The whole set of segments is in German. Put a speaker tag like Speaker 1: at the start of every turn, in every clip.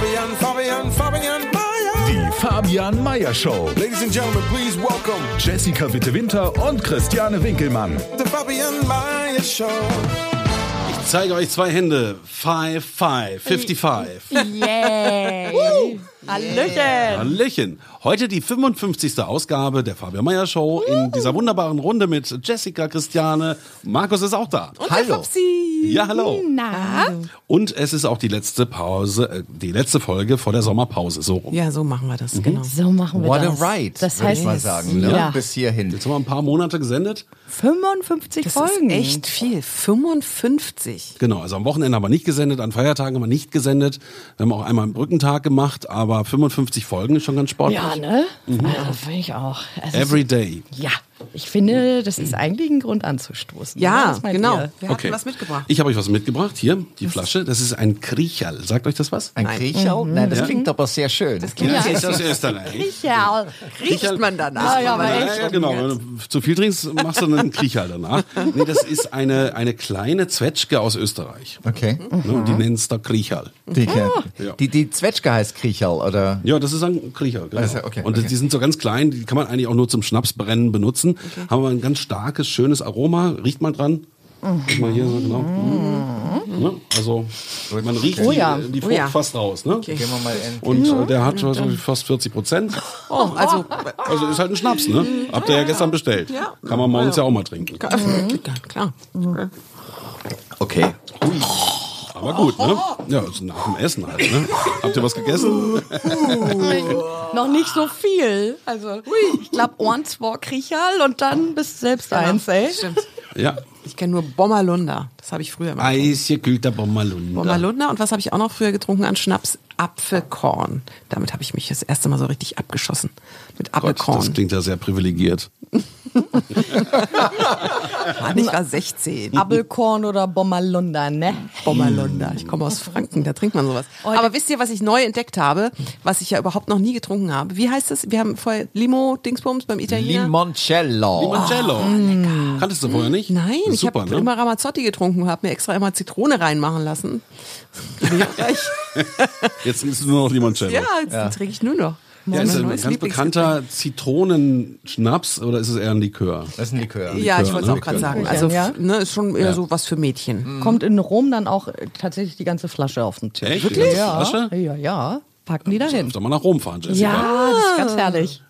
Speaker 1: Fabian, Fabian, Fabian Meier.
Speaker 2: Die Fabian Meyer Show.
Speaker 1: Ladies and gentlemen, please welcome
Speaker 2: Jessica Bitte Winter und Christiane Winkelmann.
Speaker 1: the Fabian Meier Show.
Speaker 3: Zeige euch zwei Hände. Five, five, 55.
Speaker 4: Yay!
Speaker 3: Hallöchen. Heute die 55. Ausgabe der Fabian Meyer Show in dieser wunderbaren Runde mit Jessica, Christiane. Markus ist auch da. hallo. Ja, hallo.
Speaker 5: Na?
Speaker 3: Und es ist auch die letzte Pause, äh, die letzte Folge vor der Sommerpause. So rum.
Speaker 5: Ja, so machen wir das, genau.
Speaker 6: So machen wir
Speaker 7: Mhm. What
Speaker 6: das.
Speaker 7: a ride,
Speaker 6: das
Speaker 7: würde
Speaker 6: heißt,
Speaker 7: ich mal sagen. Ne?
Speaker 6: Ja.
Speaker 7: Bis hierhin.
Speaker 3: Jetzt haben wir ein paar Monate gesendet.
Speaker 6: 55
Speaker 5: Das
Speaker 6: Folgen.
Speaker 5: ist echt viel. 55.
Speaker 3: Genau, also am Wochenende haben wir nicht gesendet, an Feiertagen haben wir nicht gesendet. Wir haben auch einmal einen Brückentag gemacht, aber 55 Folgen ist schon ganz sportlich.
Speaker 6: Ja, ne? Also, finde ich auch. Also,
Speaker 3: Mhm. Every day.
Speaker 6: ja, ich finde, das ist eigentlich ein Grund anzustoßen.
Speaker 5: Ja,
Speaker 6: Was meint
Speaker 5: genau.
Speaker 6: ihr?
Speaker 5: Wir hatten was mitgebracht.
Speaker 3: Ich habe euch was mitgebracht. Hier, die Flasche. Das ist ein Kriecherl. Sagt euch das was?
Speaker 7: Ein Kriecher? Nein, das klingt aber sehr schön.
Speaker 3: Das ist aus Österreich.
Speaker 6: Ja,
Speaker 5: Riecht man danach?
Speaker 6: Ah, ja, aber
Speaker 3: Ja,
Speaker 6: echt.
Speaker 3: ja, genau. Wenn du zu viel trinkst, machst du einen Kriecherl danach. Nee, das ist eine, eine kleine Zwetschge aus Österreich.
Speaker 7: Okay.
Speaker 3: Ne,
Speaker 5: Mhm.
Speaker 3: und die nennen es da Kriecherl.
Speaker 7: Die,
Speaker 3: Ja.
Speaker 7: die, die Zwetschge heißt Kriecherl, oder?
Speaker 3: Ja, das ist ein Kriecher. Genau.
Speaker 7: Also, okay,
Speaker 3: und
Speaker 7: okay.
Speaker 3: die sind so ganz klein, die kann man eigentlich auch nur zum Schnapsbrennen benutzen. Haben aber ein ganz starkes, schönes Aroma. Riecht mal dran. Riecht mal hier so, genau. Ne? Also, man riecht
Speaker 7: Oh
Speaker 3: die, äh,
Speaker 6: ja,
Speaker 3: die
Speaker 5: oh
Speaker 3: Frucht
Speaker 5: ja.
Speaker 3: fast raus. Ne?
Speaker 7: Gehen wir mal in.
Speaker 3: Und äh, der hat schon so fast 40 Prozent.
Speaker 5: Oh, also,
Speaker 3: Also ist halt ein Schnaps, ne? Habt ihr ja gestern bestellt.
Speaker 5: Ja.
Speaker 3: Kann man morgens ja auch mal trinken. Mhm.
Speaker 5: Mhm. klar.
Speaker 7: Okay.
Speaker 3: Aber gut, ne? Ja, ist nach dem Essen halt, ne? Habt ihr was gegessen?
Speaker 6: noch nicht so viel. Also, ich glaube, once war Kriecherl und dann bist du selbst
Speaker 3: Genau.
Speaker 6: eins, ey.
Speaker 5: Stimmt.
Speaker 3: Ja.
Speaker 5: Ich kenne nur Bommerlunder. Das habe ich früher immer.
Speaker 3: Eisgekühlter Bommalunda.
Speaker 5: Bommerlunder und was habe ich auch noch früher getrunken an Schnaps? Apfelkorn. Damit habe ich mich das erste Mal so richtig abgeschossen. Mit
Speaker 3: Gott, das
Speaker 5: Apfelkorn.
Speaker 3: klingt ja sehr privilegiert.
Speaker 5: Mann, ich war 16.
Speaker 6: Abelkorn oder Bommerlunder, ne?
Speaker 5: Bommerlunder. Ich komme aus Franken, da trinkt man sowas.
Speaker 6: Oh,
Speaker 5: Aber wisst ihr, was ich neu entdeckt habe, was ich ja überhaupt noch nie getrunken habe? Wie heißt es? Wir haben vorher Limo Dingsbums beim Italiener.
Speaker 7: Limoncello.
Speaker 3: Limoncello. Kanntest du vorher nicht?
Speaker 5: Oh, Nein,
Speaker 3: Das ist
Speaker 5: ich habe
Speaker 3: ne?
Speaker 5: immer Ramazzotti getrunken, habe mir extra immer Zitrone reinmachen lassen.
Speaker 3: Jetzt ist es nur noch Limoncello.
Speaker 5: ja, jetzt trinke ich nur noch.
Speaker 3: ne? Ja,
Speaker 5: Mein
Speaker 3: ist ein
Speaker 5: neues
Speaker 3: ganz
Speaker 5: Lieblingsgetränk.
Speaker 3: bekannter Zitronenschnaps oder ist es eher ein Likör?
Speaker 7: Das ist ein Likör.
Speaker 5: Ja, ich
Speaker 3: Likör, Hm.
Speaker 5: wollte es
Speaker 3: ne?
Speaker 5: auch gerade sagen.
Speaker 6: Likör,
Speaker 5: Also
Speaker 6: ja.
Speaker 5: ne, ist schon eher so was für
Speaker 3: Mhm.
Speaker 5: Mädchen.
Speaker 6: Kommt in Rom dann auch äh, tatsächlich die ganze Flasche auf den Tisch.
Speaker 3: Echt? Die ganze
Speaker 6: Ja,
Speaker 3: Flasche?
Speaker 6: ja, ja. Packen die da hin.
Speaker 3: Darf mal nach Rom fahren, Jessica?
Speaker 6: Ja, das ist ganz herrlich.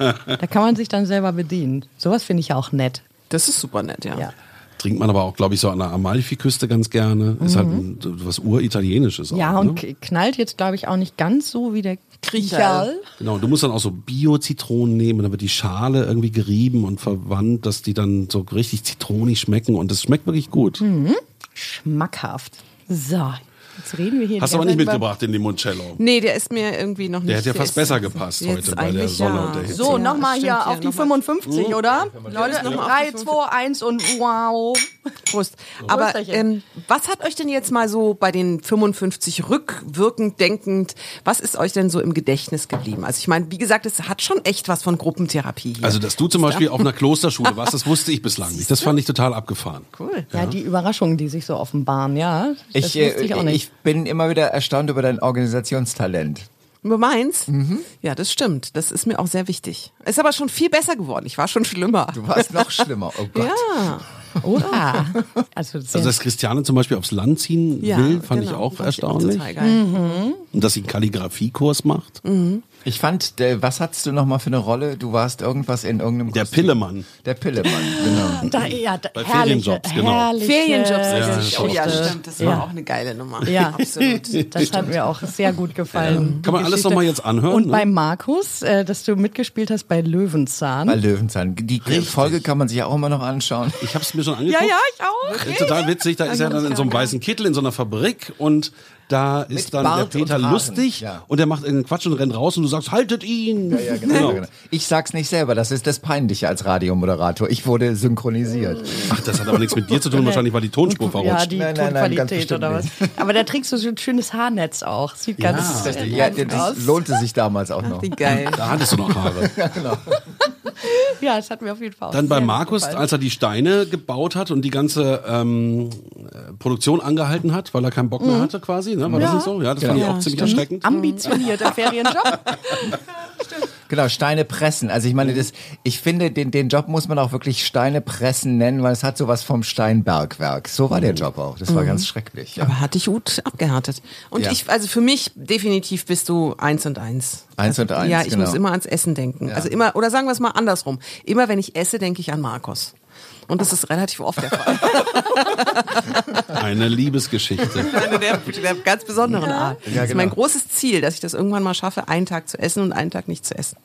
Speaker 6: Da kann man sich dann selber bedienen. Sowas finde ich ja auch nett.
Speaker 5: Das ist super nett, ja.
Speaker 6: Ja.
Speaker 3: Trinkt man aber auch, glaube ich, so an der Amalfi-Küste ganz gerne. Ist
Speaker 5: Mhm.
Speaker 3: halt ein, was Uritalienisches. auch,
Speaker 6: Ja, und
Speaker 3: ne?
Speaker 6: k- knallt jetzt, glaube ich, auch nicht ganz so wie der Kriecherl.
Speaker 3: Genau, und du musst dann auch so Bio-Zitronen nehmen, und dann wird die Schale irgendwie gerieben und verwandt, dass die dann so richtig zitronig schmecken und das schmeckt wirklich gut.
Speaker 5: Hm,
Speaker 6: Schmackhaft. So, jetzt reden wir hier.
Speaker 3: Hast
Speaker 6: die
Speaker 3: du aber
Speaker 6: ganze
Speaker 3: nicht
Speaker 6: Zeit über-
Speaker 3: mitgebracht, den Limoncello.
Speaker 5: Nee, der ist mir irgendwie noch nicht.
Speaker 3: hätte ja fast
Speaker 5: ist
Speaker 3: besser gepasst
Speaker 5: jetzt
Speaker 3: heute bei der
Speaker 5: eigentlich,
Speaker 3: Sonne und der Hitze.
Speaker 6: So,
Speaker 5: Ja,
Speaker 6: nochmal
Speaker 5: stimmt,
Speaker 6: hier
Speaker 5: ja,
Speaker 6: auf die
Speaker 5: noch mal.
Speaker 3: Mhm.
Speaker 6: 55, oder? Leute,
Speaker 5: noch mal auf
Speaker 6: 3,
Speaker 5: die
Speaker 6: 2, 1 und wow.
Speaker 5: Prost. Aber
Speaker 6: Prösterchen.
Speaker 5: ähm, was hat euch denn jetzt mal so bei den 55 rückwirkend denkend, was ist euch denn so im Gedächtnis geblieben? Also ich meine, wie gesagt, es hat schon echt was von Gruppentherapie hier.
Speaker 3: Also, dass du zum Beispiel auf einer Klosterschule warst, das wusste ich bislang nicht. Das fand ich total abgefahren.
Speaker 5: cool.
Speaker 6: Ja, die Überraschungen, die sich so offenbaren, ja. Das
Speaker 7: Ich,
Speaker 6: ich,
Speaker 7: äh,
Speaker 6: wusste ich auch nicht.
Speaker 7: ich bin immer wieder erstaunt über dein Organisationstalent.
Speaker 5: Über meins? Ja, das stimmt. Das ist mir auch sehr wichtig. Ist aber schon viel besser geworden. Ich war schon schlimmer.
Speaker 7: Du warst noch schlimmer. Oh Gott.
Speaker 5: ja.
Speaker 6: Oha. Also, sehr
Speaker 3: Also, dass Christiane zum Beispiel aufs Land ziehen
Speaker 5: ja,
Speaker 3: will, fand ich
Speaker 5: genau.
Speaker 3: auch
Speaker 5: Fand
Speaker 6: Mhm.
Speaker 3: erstaunlich.
Speaker 5: total geil.
Speaker 3: und dass sie einen Kalligrafiekurs macht.
Speaker 7: Ich fand, der, was hattest du nochmal für eine Rolle? Du warst irgendwas in irgendeinem
Speaker 3: Der Pillemann.
Speaker 7: Der Pillemann, genau.
Speaker 6: Da, ja, da,
Speaker 3: Bei
Speaker 6: herrliche,
Speaker 3: Ferienjobs, genau.
Speaker 6: herrliche-
Speaker 5: Ferienjobs.
Speaker 3: Ja,
Speaker 5: oh ja, stimmt. Das war
Speaker 6: Ja.
Speaker 5: auch eine geile Nummer.
Speaker 6: Ja.
Speaker 5: absolut.
Speaker 6: Das hat mir auch sehr gut gefallen.
Speaker 3: Kann man alles
Speaker 6: Geschichte.
Speaker 3: noch mal jetzt anhören,
Speaker 6: Und
Speaker 3: ne?
Speaker 6: bei Markus, äh, dass du mitgespielt hast bei Löwenzahn.
Speaker 7: Bei Löwenzahn. Die
Speaker 3: Richtig.
Speaker 7: Folge kann man sich ja auch immer noch anschauen.
Speaker 3: Ich habe es mir schon angeguckt.
Speaker 6: ich auch.
Speaker 3: Äh, Total witzig, da ist er dann in so einem weißen Kittel in so einer Fabrik und da ist dann
Speaker 7: Bart
Speaker 3: der Peter
Speaker 7: und Haaren,
Speaker 3: lustig
Speaker 7: ja.
Speaker 3: und der macht einen Quatsch und rennt raus und du sagst, haltet ihn! Ja, ja, genau.
Speaker 7: Ich sag's nicht selber, das ist das Peinliche als Radiomoderator. Ich wurde synchronisiert.
Speaker 3: Ach, das hat aber nichts mit dir zu tun, wahrscheinlich war die Tonspur
Speaker 6: Ja,
Speaker 3: verrutscht.
Speaker 6: die
Speaker 7: Nein, nein, nein, ganz
Speaker 6: Tonqualität
Speaker 7: bestimmt
Speaker 6: oder was. Aber da trägst du so ein schönes Haarnetz auch. Sieht ganz
Speaker 7: Das, ja, das
Speaker 6: aus.
Speaker 7: lohnte sich damals auch noch.
Speaker 5: Wie geil.
Speaker 3: Da hattest du noch Haare.
Speaker 6: Ja, das hat mir auf jeden Fall auch
Speaker 3: Dann bei
Speaker 6: sehr gut
Speaker 3: Markus,
Speaker 6: gefallen.
Speaker 3: als er die Steine gebaut hat und die ganze ähm, äh, Produktion angehalten hat, weil er keinen Bock mehr hatte quasi, ne? war das nicht so? Ja, das fand ich auch ziemlich erschreckend.
Speaker 6: Ambitionierter Ferienjob.
Speaker 7: Genau, Steine pressen. Also ich meine,
Speaker 6: Mhm.
Speaker 7: das, ich finde, den, den Job muss man auch wirklich Steine pressen nennen, weil es hat sowas vom Steinbergwerk. So war der
Speaker 6: Mhm.
Speaker 7: Job auch. Das war ganz schrecklich. Ja.
Speaker 5: Aber hat dich gut abgehärtet. Und
Speaker 7: Ja.
Speaker 5: ich, also für mich definitiv bist du eins und eins.
Speaker 7: Eins und eins,
Speaker 5: Ja, ich
Speaker 7: genau.
Speaker 5: muss immer ans Essen denken. Also immer, oder sagen wir es mal andersrum. Immer wenn ich esse, denke ich an Markus. Und das ist relativ oft der Fall.
Speaker 3: Eine Liebesgeschichte.
Speaker 5: Eine der, der ganz besonderen Art. Das ist
Speaker 7: genau.
Speaker 5: mein großes Ziel, dass ich das irgendwann mal schaffe, einen Tag zu essen und einen Tag nicht zu essen.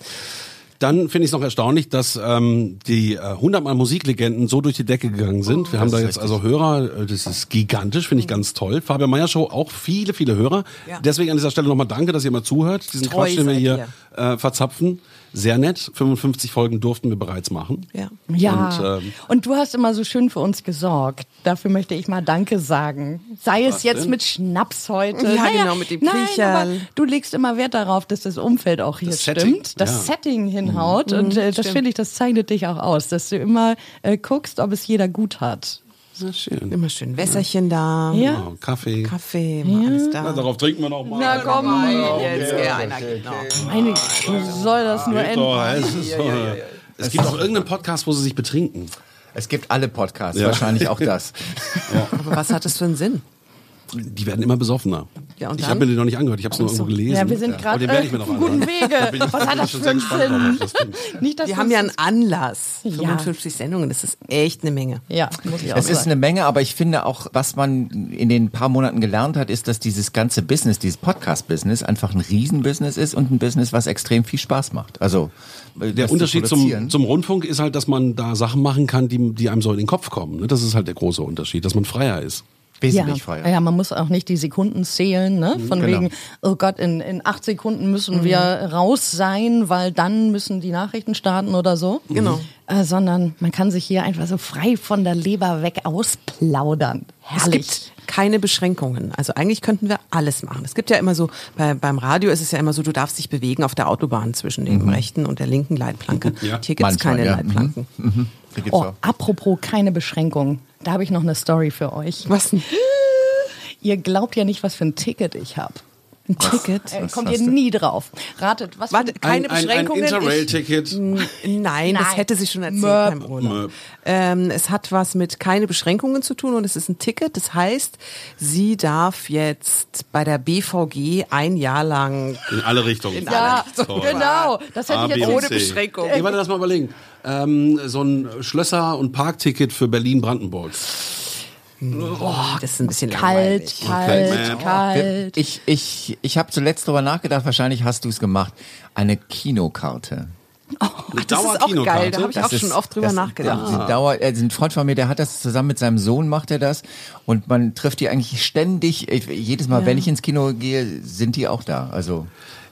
Speaker 3: Dann finde ich es noch erstaunlich, dass ähm, die äh, 100 Mal Musiklegenden so durch die Decke gegangen sind. Wir haben da jetzt also Hörer, äh, das ist gigantisch, finde ich ganz toll. Fabian Meyer Show auch viele, viele Hörer.
Speaker 5: Ja.
Speaker 3: Deswegen an dieser Stelle nochmal danke, dass ihr mal zuhört. Diesen
Speaker 5: Treu
Speaker 3: Quatsch, den wir
Speaker 5: seid
Speaker 3: hier äh, verzapfen. Sehr nett. 55 Folgen durften wir bereits machen.
Speaker 5: Ja.
Speaker 6: Ja.
Speaker 3: Und,
Speaker 6: Und,
Speaker 3: ähm,
Speaker 6: du hast immer so schön für uns gesorgt. Dafür möchte ich mal Danke sagen. Sei es jetzt
Speaker 3: denn?
Speaker 6: mit Schnaps heute.
Speaker 5: Ja, genau, mit dem
Speaker 6: nein, aber
Speaker 5: Kriecherl.
Speaker 6: Du legst immer Wert darauf, dass das Umfeld auch hier
Speaker 3: Das
Speaker 6: stimmt,
Speaker 3: Setting, ja. Mhm.
Speaker 6: das Setting hinhaut. Und äh, das finde ich, das zeichnet dich auch aus, dass du immer äh, guckst, ob es jeder gut hat.
Speaker 3: Na schön.
Speaker 5: Immer schön Wässerchen da,
Speaker 6: Ja.
Speaker 3: Genau, Kaffee.
Speaker 5: Kaffee, immer alles
Speaker 3: Ja,
Speaker 5: da.
Speaker 3: darauf trinken wir noch mal.
Speaker 6: Na komm,
Speaker 3: Genau.
Speaker 5: Jetzt, ja, einer geht noch.
Speaker 6: meine Güte, soll das nur
Speaker 3: Geht doch,
Speaker 6: enden.
Speaker 3: es, ist, äh, es gibt auch irgendeinen Podcast, wo sie sich betrinken.
Speaker 7: Es gibt alle Podcasts,
Speaker 3: Ja.
Speaker 7: wahrscheinlich auch das.
Speaker 5: Aber was hat das für einen Sinn?
Speaker 3: Die werden immer besoffener.
Speaker 5: Ja, und
Speaker 3: ich
Speaker 5: dann?
Speaker 3: habe mir den noch nicht angehört, ich habe es nur irgendwo gelesen.
Speaker 6: Ja, wir sind
Speaker 3: Aber
Speaker 6: gerade
Speaker 3: den werde
Speaker 6: äh,
Speaker 3: ich mir noch
Speaker 6: auf guten
Speaker 3: anhören. Da
Speaker 6: Wege.
Speaker 3: bin ich-
Speaker 6: Was
Speaker 3: bin
Speaker 6: hat
Speaker 3: ich
Speaker 6: das
Speaker 3: schon
Speaker 6: für
Speaker 3: sehr
Speaker 6: einen
Speaker 3: gespannt
Speaker 6: Sinn?
Speaker 3: drauf, das
Speaker 6: Nicht, dass
Speaker 5: Wir
Speaker 6: du
Speaker 5: haben ja einen
Speaker 6: es-
Speaker 5: Anlass.
Speaker 6: Ja.
Speaker 5: 55 Sendungen, das ist echt eine Menge.
Speaker 6: Ja, muss ich auch
Speaker 7: Es ist
Speaker 6: sagen.
Speaker 7: eine Menge, aber ich finde auch, was man in den paar Monaten gelernt hat, ist, dass dieses ganze Business, dieses Podcast-Business einfach ein Riesen-Business ist und ein Business, was extrem viel Spaß macht. Also
Speaker 3: Der Unterschied zum, zum Rundfunk ist halt, dass man da Sachen machen kann, die, die einem so in den Kopf kommen. ne? Das ist halt der große Unterschied, dass man freier ist.
Speaker 7: wesentlich
Speaker 6: ja.
Speaker 7: freier.
Speaker 6: Ja, man muss auch nicht die Sekunden zählen, ne?
Speaker 3: Mhm,
Speaker 6: Von
Speaker 7: Genau.
Speaker 6: wegen, oh Gott, in, in acht Sekunden müssen wir raus sein, weil dann müssen die Nachrichten starten oder so. Genau. Äh, sondern man kann sich hier einfach so frei von der Leber weg ausplaudern. Herrlich.
Speaker 5: Es gibt keine Beschränkungen. Also eigentlich könnten wir alles machen. Es gibt ja immer so, bei, beim Radio ist es ja immer so, du darfst dich bewegen auf der Autobahn zwischen dem rechten und der linken Leitplanke.
Speaker 3: Ja.
Speaker 5: Und hier gibt es
Speaker 7: Manchmal,
Speaker 5: keine
Speaker 7: Mhm. ja. Mhm.
Speaker 5: Leitplanken.
Speaker 7: Die gibt's
Speaker 6: Oh,
Speaker 7: auch.
Speaker 6: apropos keine Beschränkung. Da habe ich noch eine Story für euch.
Speaker 5: Was denn?
Speaker 6: Ihr glaubt ja nicht, was für ein Ticket ich habe.
Speaker 5: Ein Ticket?
Speaker 6: Äh,
Speaker 7: was
Speaker 6: kommt ihr
Speaker 7: hast du?
Speaker 6: nie drauf. Ratet, was
Speaker 5: Warte,
Speaker 6: für ein
Speaker 3: ein,
Speaker 5: keine
Speaker 3: ein, ein
Speaker 5: Beschränkungen. ich,
Speaker 3: Interrail-Ticket.
Speaker 6: Hm.
Speaker 5: N- nein, das
Speaker 6: Nein.
Speaker 5: hätte sie schon erzählt
Speaker 6: Möp.
Speaker 5: beim Urlaub.
Speaker 3: Möp.
Speaker 5: Ähm, es hat was mit keine Beschränkungen zu tun und es ist ein Ticket. Das heißt, sie darf jetzt bei der BVG ein Jahr lang
Speaker 3: In alle Richtungen. In
Speaker 6: Ja, genau. Das hätte ich jetzt
Speaker 5: ohne Beschränkung. Äh,
Speaker 3: Nee, warte, lass mal überlegen. Ähm, so ein Schlösser- und Parkticket für Berlin-Brandenburg.
Speaker 5: das ist ein bisschen langweilig.
Speaker 6: Kalt,
Speaker 3: Okay.
Speaker 6: kalt,
Speaker 7: Wir-
Speaker 6: kalt.
Speaker 7: Ich, ich, ich habe zuletzt drüber nachgedacht, wahrscheinlich hast du es gemacht. Eine Kinokarte.
Speaker 3: Eine
Speaker 5: Das ist auch geil, da habe ich auch schon oft drüber
Speaker 7: das-
Speaker 5: nachgedacht.
Speaker 7: Das, die Dauer, also ein Freund von mir, der hat das zusammen mit seinem Sohn, macht er das. Und man trifft die eigentlich ständig. Ich, jedes Mal, wenn ich ins Kino gehe, sind die auch da. Also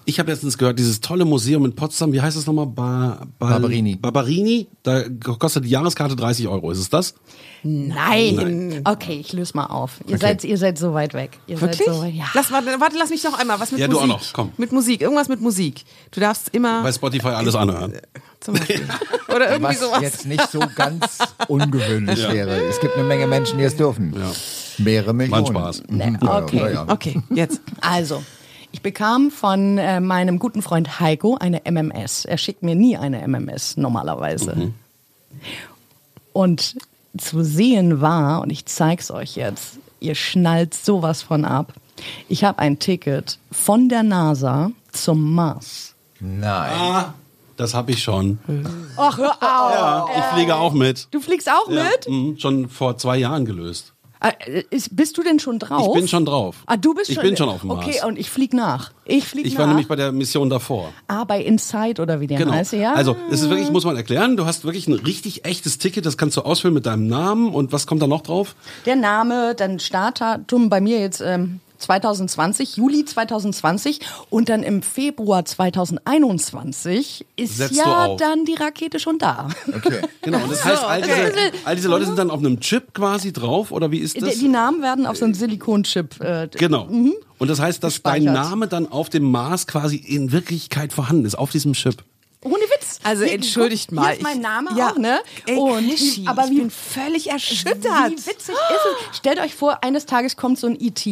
Speaker 3: Ich habe letztens gehört, dieses tolle Museum in Potsdam, wie heißt das nochmal? Ba Ba-
Speaker 7: Barberini.
Speaker 3: Barberini, da kostet die Jahreskarte 30 Euro, ist es das?
Speaker 6: Nein. Okay, ich löse mal auf. Ihr, seid, ihr seid so weit weg. Ihr
Speaker 5: Wirklich?
Speaker 6: Seid so weit, ja.
Speaker 5: Also, Lass, warte, warte, lass mich noch einmal. Was mit
Speaker 3: Ja, du
Speaker 5: Musik?
Speaker 3: auch noch, komm.
Speaker 5: Mit Musik, irgendwas mit Musik. Du darfst immer
Speaker 3: Bei Spotify alles anhören.
Speaker 5: zum Beispiel. Oder irgendwie
Speaker 7: was
Speaker 5: sowas.
Speaker 7: jetzt nicht so ganz ungewöhnlich
Speaker 3: Ja.
Speaker 7: wäre. Es gibt eine Menge Menschen, die es dürfen. Mehrere Millionen.
Speaker 3: Spaß.
Speaker 7: Mhm. Ja,
Speaker 6: okay.
Speaker 7: ja, ja.
Speaker 5: Okay, jetzt.
Speaker 6: Also, ich bekam von äh, meinem guten Freund Heiko eine MMS. Er schickt mir nie eine MMS normalerweise.
Speaker 3: Mhm.
Speaker 6: Und zu sehen war, und ich zeig's euch jetzt, ihr schnallt sowas von ab. Ich habe ein Ticket von der NASA zum Mars.
Speaker 7: Nein.
Speaker 3: Ah, das habe ich schon.
Speaker 6: Ach, hör auf.
Speaker 3: Ja, ich fliege auch mit.
Speaker 6: Du fliegst auch
Speaker 3: Ja,
Speaker 6: mit?
Speaker 3: mhm, schon vor zwei Jahren gelöst.
Speaker 6: Äh, ist, bist du denn schon drauf?
Speaker 3: Ich bin schon drauf.
Speaker 6: Ah, du bist
Speaker 3: ich
Speaker 6: schon.
Speaker 3: bin schon auf dem
Speaker 6: Okay,
Speaker 3: Mars.
Speaker 6: und ich flieg nach. Ich flieg
Speaker 3: ich
Speaker 6: nach.
Speaker 3: war nämlich bei der Mission davor.
Speaker 6: ah, bei Inside oder wie der
Speaker 3: Genau.
Speaker 6: heißt, ja?
Speaker 3: Also, es ist wirklich, muss man erklären, du hast wirklich ein richtig echtes Ticket, das kannst du ausfüllen mit deinem Namen und was kommt da noch drauf?
Speaker 6: der Name, dann Startdatum bei mir jetzt ähm, 2020, Juli 2020 und dann im Februar 2021 ist
Speaker 3: Setzt
Speaker 6: ja
Speaker 3: du auf.
Speaker 6: dann die Rakete schon da.
Speaker 7: Okay.
Speaker 3: Genau, und das heißt, all diese,
Speaker 6: okay. Mhm.
Speaker 3: all diese Leute sind dann auf einem Chip quasi drauf oder wie ist
Speaker 6: Die,
Speaker 3: das?
Speaker 6: die Namen werden auf so einen Silikonchip. Äh,
Speaker 3: Genau. Und das heißt, dass dein
Speaker 6: Gespeichert.
Speaker 3: Name dann auf dem Mars quasi in Wirklichkeit vorhanden ist, auf diesem Chip.
Speaker 6: Ohne Witz.
Speaker 5: Also
Speaker 6: Hier,
Speaker 5: entschuldigt
Speaker 6: guck,
Speaker 5: mal.
Speaker 6: Hier ist mein
Speaker 5: ich-
Speaker 6: Name
Speaker 5: ja.
Speaker 6: auch, ne?
Speaker 5: Ey,
Speaker 6: Und-
Speaker 5: Krischi,
Speaker 6: aber
Speaker 5: ich
Speaker 6: wie
Speaker 5: bin völlig erschüttert.
Speaker 6: Wie witzig ist es? Stellt euch vor, eines Tages kommt so ein IT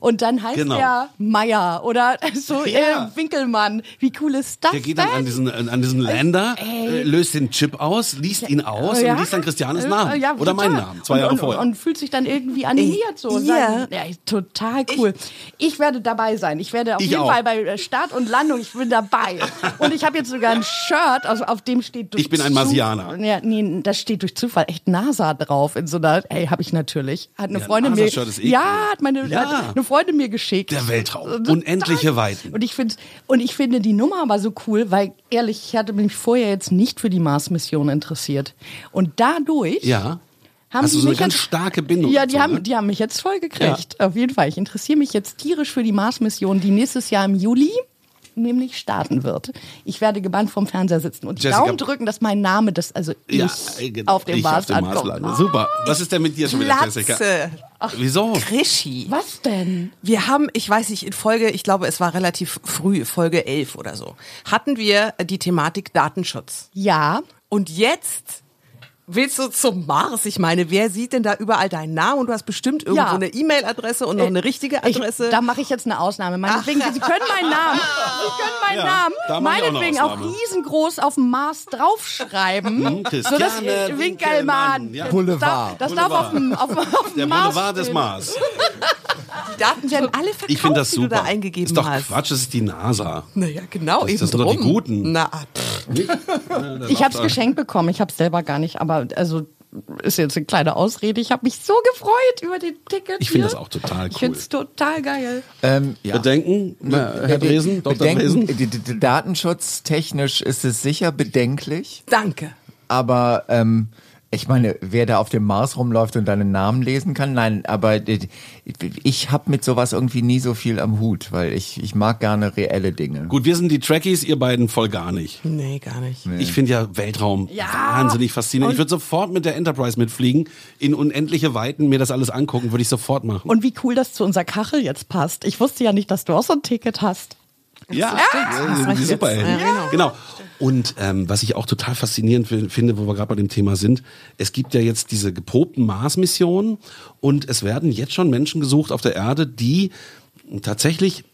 Speaker 6: und dann heißt
Speaker 3: Genau.
Speaker 6: er Meier oder so
Speaker 3: Ja.
Speaker 6: äh, Winkelmann. Wie cool ist das
Speaker 3: Der geht
Speaker 6: denn?
Speaker 3: dann an diesen, an an diesen Länder, äh, löst den Chip aus, liest ihn aus
Speaker 6: Ja.
Speaker 3: und liest dann Christianes
Speaker 6: Äh,
Speaker 3: Namen.
Speaker 6: ja,
Speaker 3: Oder meinen
Speaker 6: total.
Speaker 3: Namen, zwei
Speaker 6: und,
Speaker 3: Jahre
Speaker 6: und,
Speaker 3: vorher.
Speaker 6: Und fühlt sich dann irgendwie animiert so. und sagt, ja, total cool. Ich, werde dabei sein. Ich werde auf
Speaker 3: Ich
Speaker 6: jeden
Speaker 3: auch.
Speaker 6: Fall bei äh, Start und Landung, ich bin dabei. und ich habe jetzt sogar ein Shirt, also auf dem steht durch
Speaker 3: Ich bin ein
Speaker 6: Zu-
Speaker 3: Marsianer.
Speaker 6: Ja, nee, da steht durch Zufall echt NASA drauf in so einer, ey, habe ich natürlich. Hat eine
Speaker 3: Ja, ein
Speaker 6: Freundin mir
Speaker 3: NASA-Shirt ist eklig.
Speaker 6: Ja, hat meine
Speaker 3: Ja.
Speaker 6: Hat eine Freundin mir geschickt.
Speaker 3: Der Weltraum.
Speaker 6: Total.
Speaker 3: Unendliche Weiten.
Speaker 6: Und ich finde und ich finde die Nummer aber so cool, weil ehrlich, ich hatte mich vorher jetzt nicht für die Mars-Mission interessiert. Und dadurch
Speaker 3: ja.
Speaker 6: haben
Speaker 3: Hast
Speaker 6: die
Speaker 3: du so eine
Speaker 6: mich
Speaker 3: ganz
Speaker 6: jetzt-
Speaker 3: starke Bindung.
Speaker 6: Ja, die
Speaker 3: dazu,
Speaker 6: haben,
Speaker 3: ne?
Speaker 6: die haben mich jetzt voll gekriegt. Auf jeden Fall. Ich interessiere mich jetzt tierisch für die Mars-Mission, die nächstes Jahr im Juli nämlich starten wird. Ich werde gebannt vom Fernseher sitzen und
Speaker 3: Jessica-
Speaker 6: Daumen drücken, dass mein Name, das also ich
Speaker 3: ja, äh, genau.
Speaker 6: auf dem
Speaker 3: ich
Speaker 6: Mars
Speaker 3: auf dem Mars
Speaker 6: ankommt.
Speaker 3: lande. Super. Was ist denn mit dir schon wieder, Jessica?
Speaker 5: Platze.
Speaker 3: Wieso?
Speaker 5: Oh. Krischi.
Speaker 6: Was denn?
Speaker 5: Wir haben, ich weiß nicht, in Folge, ich glaube, es war relativ früh, Folge 11 oder so, hatten wir die Thematik Datenschutz.
Speaker 6: Ja,
Speaker 5: Und jetzt willst du zum Mars? Ich meine, wer sieht denn da überall deinen Namen? Und du hast bestimmt irgendwo
Speaker 6: Ja.
Speaker 5: eine E-Mail-Adresse und noch eine richtige Adresse.
Speaker 6: Ich, da mache ich jetzt eine Ausnahme. Meinetwegen, Sie können meinen Namen, Sie können meinen
Speaker 3: Ja, da
Speaker 6: Namen
Speaker 3: mache ich auch eine
Speaker 6: meinetwegen auch,
Speaker 3: Ausnahme. Mhm,
Speaker 6: riesengroß auf dem Mars draufschreiben.
Speaker 3: Christiane
Speaker 6: sodass
Speaker 3: Winkelmann,
Speaker 6: ich- Winkelmann.
Speaker 3: ja.
Speaker 6: Das
Speaker 7: Boulevard.
Speaker 6: darf- Das darf auf dem, auf, auf dem
Speaker 3: Der
Speaker 6: Mars
Speaker 3: Boulevard des
Speaker 6: stehen.
Speaker 3: Mars.
Speaker 5: die Daten werden alle verkauft,
Speaker 3: Ich finde das
Speaker 5: die du
Speaker 3: super.
Speaker 5: da eingegeben
Speaker 3: ist doch
Speaker 5: hast.
Speaker 3: Quatsch, das ist die NASA.
Speaker 5: Naja, genau,
Speaker 3: Das-
Speaker 5: eben
Speaker 3: das sind doch
Speaker 5: drum.
Speaker 3: die Guten.
Speaker 5: Na, ah, pff.
Speaker 6: Ich habe es geschenkt bekommen. Ich habe es selber gar nicht. Aber also ist jetzt eine kleine Ausrede. Ich habe mich so gefreut über den Ticket.
Speaker 3: Ich finde
Speaker 6: hier.
Speaker 3: das auch total
Speaker 6: Ich
Speaker 3: cool.
Speaker 6: finde es total geil.
Speaker 7: Ähm, ja.
Speaker 3: Bedenken, äh, Herr Dresen, Dr.
Speaker 7: Bedenken,
Speaker 3: Dresen.
Speaker 7: d- d- d- datenschutztechnisch ist es sicher bedenklich.
Speaker 5: danke.
Speaker 7: aber ähm, ich meine, wer da auf dem Mars rumläuft und deinen Namen lesen kann, nein, aber äh, ich habe mit sowas irgendwie nie so viel am Hut, weil ich, ich mag gerne reelle Dinge.
Speaker 3: Gut, wir sind die Trekkies, ihr beiden voll gar nicht.
Speaker 5: Nee, gar nicht.
Speaker 3: Ich finde ja Weltraum wahnsinnig faszinierend. ich würde sofort mit der Enterprise mitfliegen, in unendliche Weiten mir das alles angucken, würde ich sofort machen.
Speaker 6: Und wie cool das zu unserer Kachel jetzt passt. Ich wusste ja nicht, dass du auch so ein Ticket hast.
Speaker 3: ja,
Speaker 5: stimmt. Das
Speaker 3: ja,
Speaker 5: reicht
Speaker 3: die
Speaker 5: jetzt.
Speaker 3: Superhelden.
Speaker 5: Ja, genau.
Speaker 3: genau. Und ähm, was ich auch total faszinierend fi- finde, wo wir gerade bei dem Thema sind, es gibt ja jetzt diese geprobten Mars-Missionen und es werden jetzt schon Menschen gesucht auf der Erde, die tatsächlich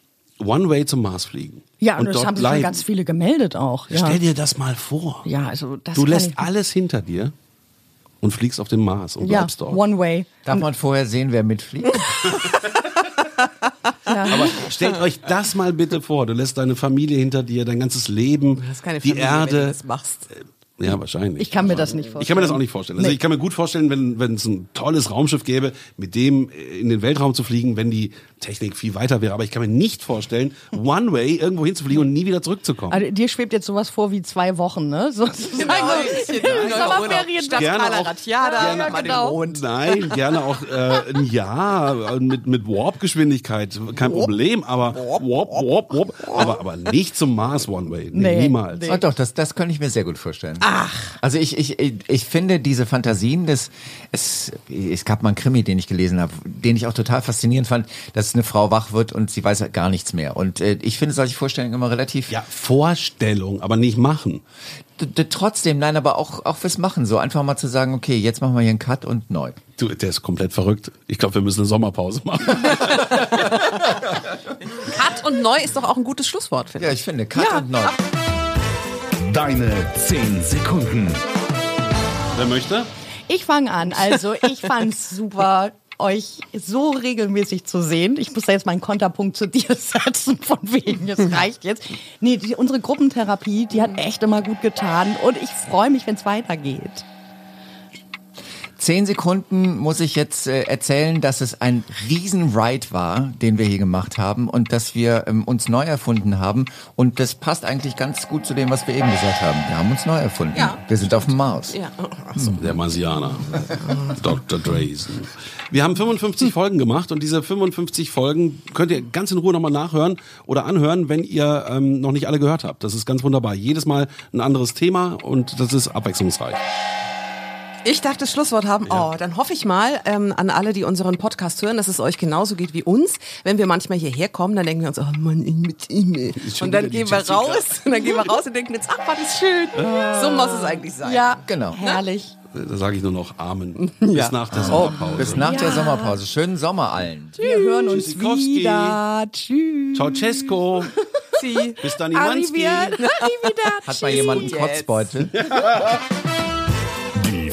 Speaker 3: One-Way zum Mars fliegen.
Speaker 6: Ja, und,
Speaker 3: und
Speaker 6: das
Speaker 3: dort
Speaker 6: haben sich schon
Speaker 3: bleiben.
Speaker 6: ganz viele gemeldet auch. Ja.
Speaker 3: Stell dir das mal vor.
Speaker 6: ja, also das
Speaker 3: du
Speaker 6: kann
Speaker 3: lässt
Speaker 6: ich,
Speaker 3: alles hinter dir und fliegst auf den Mars und
Speaker 6: ja,
Speaker 3: bleibst dort.
Speaker 6: One Way.
Speaker 7: Darf man vorher sehen, wer mitfliegt?
Speaker 3: Aber stellt euch das mal bitte vor. Du lässt deine Familie hinter dir, dein ganzes Leben,
Speaker 5: Das ist keine
Speaker 3: die
Speaker 5: Familie, wenn du
Speaker 3: Erde. Äh,
Speaker 5: das machst.
Speaker 3: Ja, wahrscheinlich.
Speaker 6: Ich kann mir das nicht vorstellen.
Speaker 3: Ich kann mir das auch nicht vorstellen. Also
Speaker 6: Nee.
Speaker 3: ich kann mir gut vorstellen, wenn wenn es ein tolles Raumschiff gäbe, mit dem äh, in den Weltraum zu fliegen, wenn die Technik viel weiter wäre. Aber ich kann mir nicht vorstellen, One Way irgendwo hinzufliegen und nie wieder zurückzukommen.
Speaker 6: Also, dir schwebt jetzt sowas vor wie zwei Wochen, ne? So, so,
Speaker 3: genau,
Speaker 6: Sommerferien.
Speaker 5: Stadt
Speaker 3: Gerne auch-
Speaker 5: Kalarat. Ja, da
Speaker 6: Ja,
Speaker 5: mal den
Speaker 6: genau.
Speaker 5: Mond.
Speaker 3: Und nein, gerne auch äh, ein Jahr äh, mit, mit Warp-Geschwindigkeit, kein Problem, aber Warp, Warp, Warp, aber, aber nicht zum Mars One Way. Nee,
Speaker 6: Nee,
Speaker 3: niemals.
Speaker 7: Oh, doch, das, das könnte ich mir sehr gut vorstellen. Ach. Also ich, ich, ich, ich finde diese Fantasien, des, es, es gab mal einen Krimi, den ich gelesen habe, den ich auch total faszinierend fand, dass eine Frau wach wird und sie weiß gar nichts mehr. Und äh, ich finde solche Vorstellungen immer relativ
Speaker 3: Ja, Vorstellung, aber nicht machen.
Speaker 7: D- d- Trotzdem, nein, aber auch, auch fürs Machen so. Einfach mal zu sagen, okay, jetzt machen wir hier einen Cut und neu.
Speaker 3: Du, der ist komplett verrückt. Ich glaube, wir müssen eine Sommerpause machen.
Speaker 5: Cut und neu ist doch auch ein gutes Schlusswort, finde
Speaker 7: Ja, ich finde, Cut
Speaker 5: Ja.
Speaker 7: und neu.
Speaker 2: Deine 10 Sekunden.
Speaker 3: Wer möchte?
Speaker 6: Ich fange an. Also, ich fand's super. euch so regelmäßig zu sehen. Ich muss da jetzt meinen Konterpunkt zu dir setzen, von wegen, es reicht jetzt. Nee, die, unsere Gruppentherapie, die hat echt immer gut getan und ich freue mich, wenn es weitergeht.
Speaker 7: Zehn Sekunden muss ich jetzt äh, erzählen, dass es ein Riesen-Ride war, den wir hier gemacht haben und dass wir ähm, uns neu erfunden haben. Und das passt eigentlich ganz gut zu dem, was wir eben gesagt haben. Wir haben uns neu erfunden.
Speaker 5: Ja.
Speaker 7: wir sind auf dem Mars.
Speaker 5: Ja.
Speaker 3: Der Marsianer. Dr. Drayson. Wir haben 55 Folgen gemacht und diese 55 Folgen könnt ihr ganz in Ruhe nochmal nachhören oder anhören, wenn ihr ähm, noch nicht alle gehört habt. Das ist ganz wunderbar. Jedes Mal ein anderes Thema und das ist abwechslungsreich. Äh,
Speaker 5: Ich darf das Schlusswort haben. Oh, dann hoffe ich mal ähm, an alle, die unseren Podcast hören, dass es euch genauso geht wie uns. Wenn wir manchmal hierher kommen, dann denken wir uns, oh Mann, ich mit E-Mail.
Speaker 3: schon
Speaker 5: Und
Speaker 3: wieder
Speaker 5: dann
Speaker 3: die
Speaker 5: gehen wir
Speaker 3: Jessica.
Speaker 5: raus und dann gehen wir raus und denken jetzt, ach, war das schön.
Speaker 7: Ah.
Speaker 5: So muss es eigentlich sein.
Speaker 6: Ja,
Speaker 7: genau.
Speaker 6: Herrlich.
Speaker 3: Da sage ich nur noch Amen. Bis Oh, nach der Sommerpause.
Speaker 7: Bis nach der Sommerpause. Schönen Sommer allen.
Speaker 6: Wir hören uns
Speaker 3: Tschüssikowski.
Speaker 6: wieder. Tschüss.
Speaker 3: Ceausescu.
Speaker 5: Sie.
Speaker 3: Bis dann, Iwanski.
Speaker 7: Hat mal jemand einen
Speaker 5: Jetzt.
Speaker 7: Kotzbeutel?
Speaker 2: Die